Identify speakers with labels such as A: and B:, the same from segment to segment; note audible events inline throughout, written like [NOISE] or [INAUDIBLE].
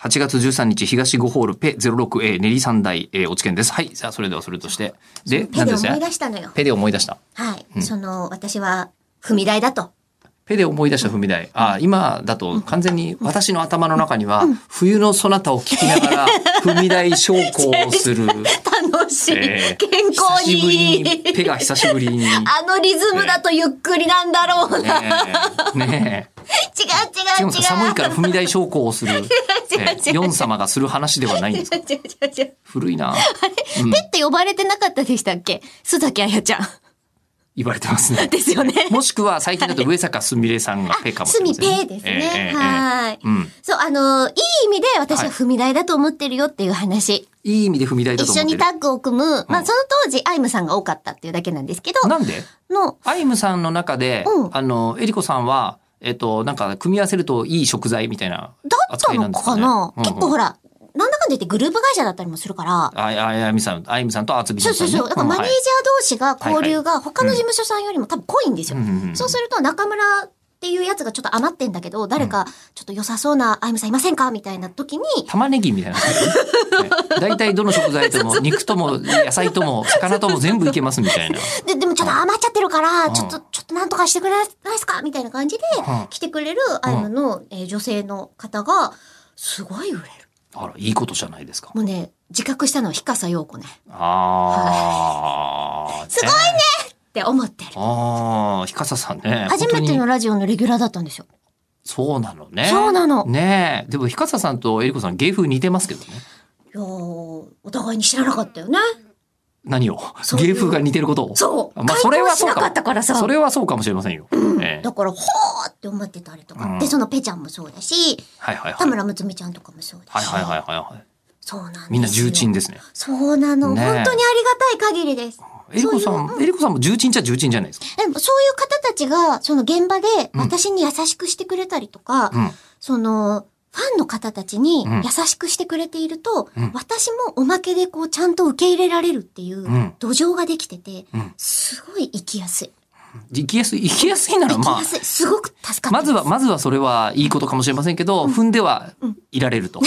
A: 8月13日、東5ホール、ペ 06A、練り三大、えー、お知見です。はい。じゃあ、それではそれとして。で、
B: ペ
A: 何
B: で
A: です
B: 思い
A: ね
B: 出したのよ。
A: ペで思い出した。
B: はい。その、私は、踏み台だと。 [LAUGHS]
A: ペで思い出した踏み台。ああ、今だと完全に私の頭の中には、冬のそなたを聞きながら、踏み台昇降をす [LAUGHS] る。
B: 楽しい。
A: えー
B: 健康
A: 久しぶ
B: にい
A: りに、
B: い。
A: ペが久しぶ [LAUGHS] りに。
B: あのリズムだとゆっくりなんだろうな。違う違う違う。
A: ねえ。ねえ。でもさ寒いから踏み台昇降をす [LAUGHS] る。ええ
B: [LAUGHS] 違う違う
A: ヨン様がする話ではないんですか。
B: 違う違う違う。
A: 古いな。
B: ペって呼ばれてなかったでしたっけ須崎彩ちゃん。
A: 言われてますね。
B: ですよね。
A: [LAUGHS] もしくは最近だと上坂すみれさんがペかもし
B: す
A: れま
B: み
A: せん、
B: ペですね。
A: ええええ
B: はい。
A: うん。
B: そう、あの、いい意味で私
A: はい
B: は踏み台だと思ってるよっていう話。
A: いい意味で踏み台だと
B: 一
A: 思っ
B: 緒
A: てる。
B: にタッグを組む、まあその当時、アイムさんが多かったっていうだけなんですけど、
A: なんで
B: の、
A: アイムさんの中で、
B: うん
A: あの、エリコさんは、えっと、なんか、組み合わせるといい食材みたいな
B: だっ
A: 扱
B: た
A: いな
B: の
A: んです
B: か
A: かね。
B: な、
A: うんうん
B: 結構ほら、なんだかんだ言ってグループ会社だったりもするから、
A: あいあいあいみさん、あいみさんとアーツビジ
B: そ
A: ョ
B: う
A: ンさ
B: そ
A: んね、
B: うそう。だからマネージャー同士が交流が他の事務所さんよりも多分濃いんですよ。
A: うんうんうん
B: そうすると中村っていうやつがちょっと余ってんだけど、誰かちょっと良さそうなアイムさんいませんかみたいな時に、
A: 玉ねぎみたいな、ね。大体どの食 [LAUGHS] 材とも、肉とも、野菜とも、魚とも全部いけますみたいな。
B: で、でもちょっと余っちゃってるから、
A: ん
B: ちょっと、ちょっとなんとかしてくれないですかみたいな感じで
A: うん、
B: 来てくれるアイムの、えー女性の方が、すごい売れる。
A: あら、いいことじゃないですか。
B: もうね、自覚したのは日笠陽子ね。っ
A: ああ。すごいね。
B: て思ってる。
A: ああ、ひかささんね。
B: 初め
A: 本当
B: て
A: に
B: のラジオのレギュラーだったんですよ。
A: そうなのね。
B: そうなの
A: ねえ。でも、ひかささんとえりこさん、芸風似てますけどね。
B: いやー、お互いに知らなかったよね。
A: 何を
B: そう
A: 芸風が似てることを。
B: そう。
A: まあ、
B: 解
A: それは
B: 放し
A: そう
B: な
A: か
B: か
A: も
B: ったからさ。
A: それはそうかもしれませんよ。ええ
B: だから、ほーって思ってたりとか。
A: うん
B: で、そのペちゃんもそうだし、
A: はいはいはい。
B: 田村睦美ちゃんとかもそうだ
A: はい
B: し。
A: はいはいはいはい。
B: そうなんですよ
A: みんな重鎮。ですね。
B: そうなの。
A: ねえ
B: 本当にありがたい限りです。
A: えりこさ
B: そ
A: ん、えりこさんも重鎮じゃ重鎮じゃないですか。
B: でもそういう方たちが、その現場で
A: うん
B: 私に優しくしてくれたりとか、
A: うん。
B: その、ファンの方たちに
A: うん
B: 優しくしてくれていると、
A: うん
B: 私もおまけでこうちゃんと受け入れられるっていう
A: うん
B: 土壌ができてて、
A: うん
B: すごい生きやすい。
A: 行きやすい、行きやすいなら
B: 生き
A: ま
B: やすい。すごく助
A: あ、
B: かった。
A: まずは、まずはそれはいいことかもしれませんけど、踏んではいられると。うん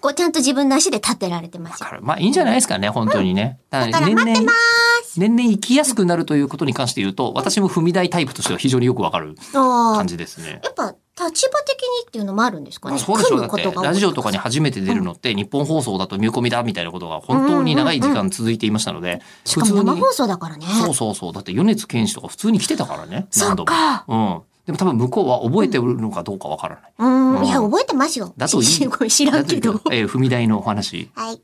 B: こうちゃんと自分の足で立てられてます
A: だ
B: よ。
A: からまあいいんじゃないですかね、本当にね。だ
B: だから待ってまーす。
A: 年々生きやすくなるということに関して言うと、私も踏み台タイプとしては非常によくわかる
B: あ
A: 感
B: ー
A: じですね。
B: やっぱ立場的にっていうのもあるんですか
A: ま
B: ね。
A: あそうでしょう。だ
B: 組
A: っ
B: む
A: て
B: ことが多
A: ラ
B: い、
A: ジオとかに初めて出るのって、日本放送だと見込みだみたいなことが本当に長い時間続いていましたので、
B: し
A: 普
B: かも
A: 通に
B: 生。放送だからね。
A: そうそうそう。だって米津玄師とか普通に来てたからね。
B: そ
A: 何
B: っ
A: 度
B: か。
A: も。うん。でも多分向こうは覚えてるのかどうかわからない。
B: うー
A: うん
B: [LAUGHS] ん。いや、覚えてますよ。
A: だといい
B: 知知知らんけど。
A: だってえー踏み台のお話。
B: はい。